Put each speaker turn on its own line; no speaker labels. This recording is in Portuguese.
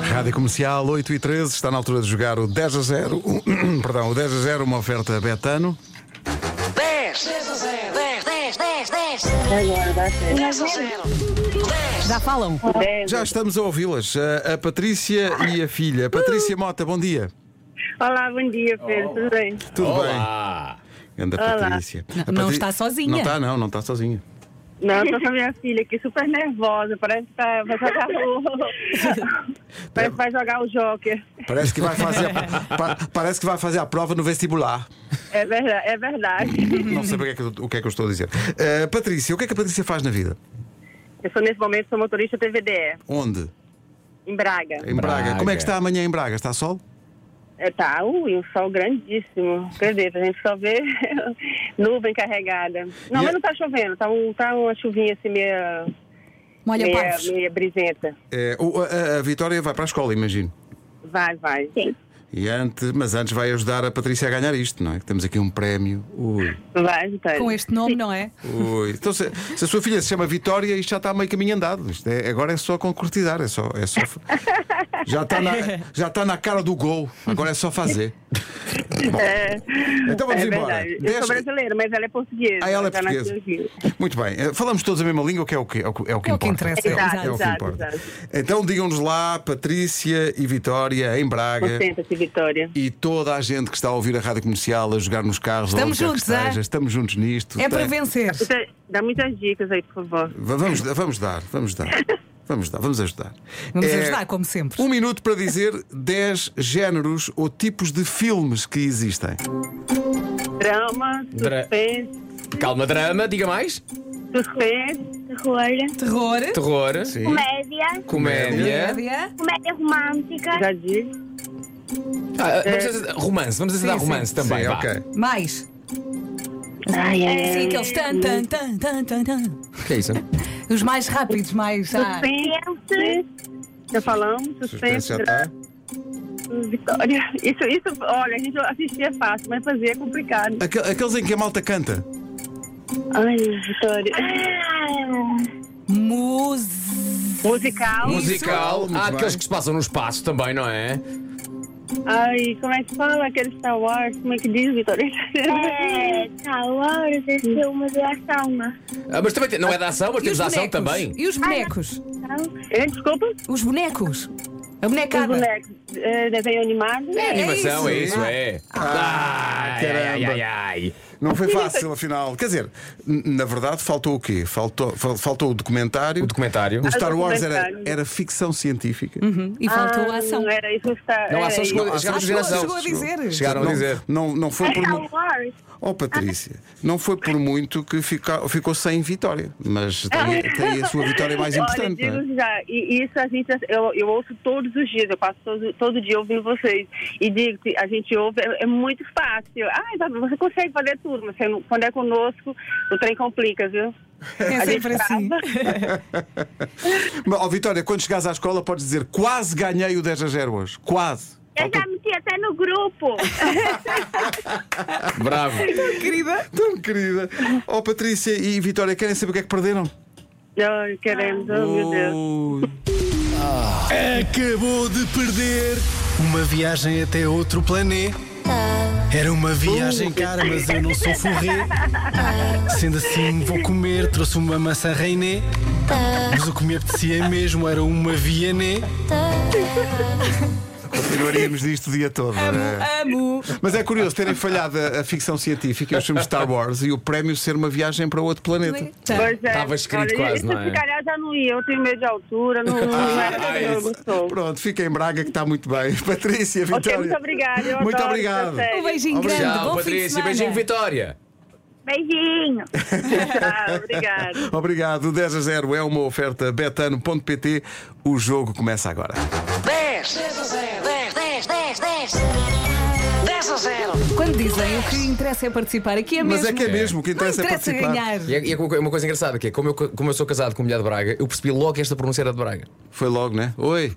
Rádio Comercial 8 e 13, está na altura de jogar o 10 a 0. um, perdão, o 10 a 0, uma oferta Betano.
10 10 10 10 10 10 a 0 10
Já falam.
Já estamos a ouvi-las, a, a Patrícia e a filha. Patrícia Mota, bom dia.
Olá, bom dia, Pedro. Tudo bem?
Tudo bem? Anda
Olá.
Patrícia. A
não está sozinha.
Não está, não, não está sozinha.
Não, tô com a minha filha aqui, super nervosa. Parece que tá, vai jogar o. Parece que vai jogar o Joker.
Parece que vai fazer a, pa- parece que vai fazer a prova no vestibular.
É verdade. É verdade.
Não sei o que é que, eu- o que, é que eu estou a dizer. Eh, Patrícia, o que é que a Patrícia faz na vida?
Eu sou nesse momento, sou motorista TVDE,
Onde?
em Braga.
Em Braga.
Braga.
Como é que está amanhã em Braga? Está sol?
É, tá, ui, um sol grandíssimo. Acredita, a gente só vê nuvem carregada. Não,
E é-
mas não tá chovendo, tá, um, tá uma chuvinha assim meia,
Molha
meia,
parvos.
meia brisenta.
Eh, o- a, a Vitória vai para a escola, imagino.
Vai, vai.
E antes, mas antes vai ajudar a Patrícia a ganhar isto, não é? Que temos aqui um prémio. Ui,
Vai, Vitória.
Com este nome, não é?
ui. Então, se, se a sua filha se chama Vitória, isto já está meio caminho andado. Isto é- agora é só concretizar, é só. É só já, está na, já está na cara do gol, agora é só fazer.
É,
Então vamos
é
embora.
verdade. Eu
Deixa-
sou brasileira, mas ela é portuguesa.
Ah, ela é
já nasceu
portuguesa.
aqui.
Muito bem, eh, falamos todos a mesma língua, que é o que, é o que, é o que
É o que
importa.
interessa. Exato,
é o que
exato,
importa.
exato.
Então digam-nos lá, Patrícia e Vitória, em
É.
Braga.
Concentra-se, Vitória.
E toda a gente que está a ouvir a rádio comercial, a jogar nos carros,
Estamos
onde quer que
juntos, é?
esteja, estamos juntos nisto.
É para
Tem-
vencer.
Você Então, Dá muitas dicas aí, por favor.
Va- Vamos, dar- vamos dar, vamos dar. Vamos dar, vamos ajudar.
Vamos
É,
ajudar, como sempre.
Um minuto para dizer 10 géneros ou tipos de filmes que existem.
Drama,
Dra-
suspense,
Calma, drama, diga mais.
suspense,
Terror,
Terror.
Terror,
comédia,
comédia.
Comédia.
comédia romântica,
já disse.
Ah, vamos aceitar- romance, vamos aceitar
É. Sim, sim.
romance também.
Sim,
vá.
ok.
Mais.
Ai, ai,
É.
Sim, aqueles tan, tan, tan, tan, tan, tan.
O que é isso?
Os mais rápidos, mais. ah,
Suspense. Já falamos, suspense,
Suspense já
drama,
está.
vitória. Isso, isso, olha, a gente assistir é fácil, mas fazer é complicado.
Aquel- Aqueles em que a malta canta.
Ai, vitória.
Ah,
Mus.
Musical.
Musical.
muito
Há
bem.
aqueles que se passam no espaço também, não é?
Ai, como é que fala aquele Star Wars? Como é que diz, Vitória?
é, calor, desceu uma doação.
Ah, mas também tem- não é da ação, mas
E os
temos da ação
bonecos?
também.
E os bonecos?
É, desculpa,
Os bonecos. A
os
bonecada.
bonecos. É, desenho animado.
Animação, é
isso.
isso, é.
Ah,
Ai,
caramba.
ai, ai, ai.
Não foi fácil, afinal. Quer dizer, n- na verdade, faltou o quê? Faltou, fal- faltou o documentário.
O documentário.
Ah, O Star Wars era,
documentário.
era ficção científica.
E faltou a ação.
Ah, Não é? era isso que está.
Não, a
era
ação
isso.
chegou,
não, a
chegaram
ação
a dizer ação.
chegou a dizer.
Chegaram a
não,
dizer.
Não, não foi por. mu-
Star Wars,
Oh, Patrícia, não foi por muito que fica- ficou sem vitória, mas tem, a- tem a sua vitória mais importante.
Olha,
não é?
digo já, e isso a gente, eu, eu ouço todos os dias, eu passo todo, todo dia ouvindo vocês. E digo que a gente ouve, é, é muito fácil. Ah, Isabel, você consegue fazer tudo, mas você não- quando é conosco, o trem complica, viu?
É sempre assim.
Mas, ó, Vitória, quando chegares à escola, podes dizer quase ganhei o 10 a 0 hoje. Quase.
eu já meti até no grupo.
Bravo.
Então, Querida.
Tão querida. Ó, Patrícia e Vitória, querem saber o que é que perderam?
Ai, queremos, oh, meu Deus.
Ui.
Acabou de perder uma viagem até outro planeta. Era uma viagem cara, mas eu não sou forré. Sendo assim, vou comer. Trouxe uma maçã reiné. Mas o que me apetecia mesmo era uma viané.
Continuaríamos disto o dia todo. não é?
Amo.
Mas é curioso terem falhado a, a ficção científica, os filmes de Star Wars e o prémio ser uma viagem para outro planeta.
Tá.
é,
Tava escrito
olha,
quase,
isso,
não é?
se calhar já não ia, eu tenho medo de altura, não, não era
Ah,
que eu
isso.
gostou.
Pronto, fica em Braga que está muito bem. Patrícia,
Ok,
Vitória.
muito obrigada. eu
Muito
adoro
obrigado.
essa série.
Um beijinho grande.
Tchau,
Bom fim de
Patrícia.
semana.
Beijinho, Vitória.
Beijinho.
Tchau, obrigada.
Obrigado. O 10 a 0 é uma oferta betano.pt. O jogo começa agora.
10 10 10 10 10 a 0
Quando dizem o que interessa é participar aqui é
Mas
mesmo.
é que é mesmo, o que interessa,
não interessa
é participar.
ganhar.
E é, e é uma co- uma coisa engraçada que é, como eu, co- como eu sou casado com mulher de Braga, eu percebi logo que esta pronúncia era de Braga.
Foi logo, né? Oi.